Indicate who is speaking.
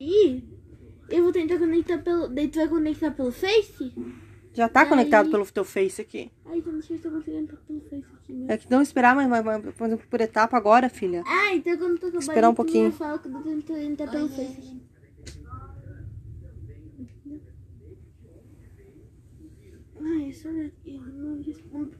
Speaker 1: Aí, eu vou tentar conectar pelo. Daí tu vai conectar pelo Face?
Speaker 2: Já tá
Speaker 1: Aí-
Speaker 2: conectado pelo teu Face aqui.
Speaker 1: Ai, então deixa eu ver se eu consigo entrar pelo Face aqui mesmo.
Speaker 2: É que não esperar, mas mas- mas- mas por etapa agora, filha.
Speaker 1: Ah, então quando tu acabar
Speaker 2: Esperar um
Speaker 1: de comer,
Speaker 2: pouquinho.
Speaker 1: eu falo que eu tô tentando entrar pelo Face aqui. Ai, é só ver.